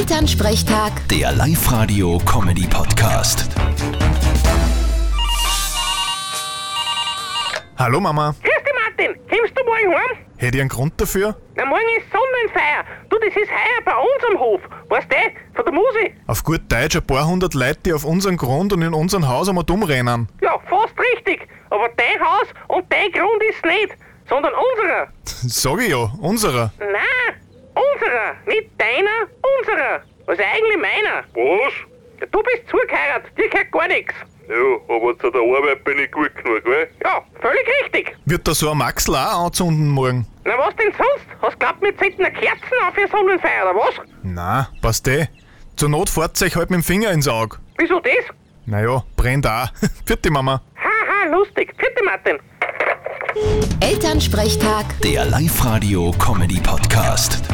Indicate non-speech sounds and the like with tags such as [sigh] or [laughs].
Elternsprechtag, Der Live-Radio-Comedy-Podcast. Hallo Mama, Grüß dich, Martin. Kommst du morgen heim? hätte ich einen Grund dafür? Na, morgen ist Sonnenfeier. Du, das ist heuer bei uns am Hof. Weißt du, von der Musi. Auf gut Deutsch ein paar hundert Leute, die auf unseren Grund und in unseren Haus einmal dumm rennen. Ja, fast richtig. Aber dein Haus und dein Grund ist nicht, sondern unserer. Sag ich ja, unserer. Nein, unserer. Nicht deiner, unserer. Also eigentlich meiner. Was? Ja, Du bist zugeheiratet, dir gehört gar nichts. Ja, aber zu der Arbeit bin ich gut genug, gell? Ja, völlig richtig. Wird da so ein Maxl auch anzünden morgen? Na, was denn sonst? Hast glaubt, wir zünden eine Kerzen auf für Sonnenfeier, oder was? Na, passt eh. Zur Not fahrt euch halt mit dem Finger ins Auge. Wieso das? Naja, brennt auch. [laughs] Vierte Mama. Haha, lustig. Vierte Martin. Elternsprechtag. Der Live-Radio-Comedy-Podcast.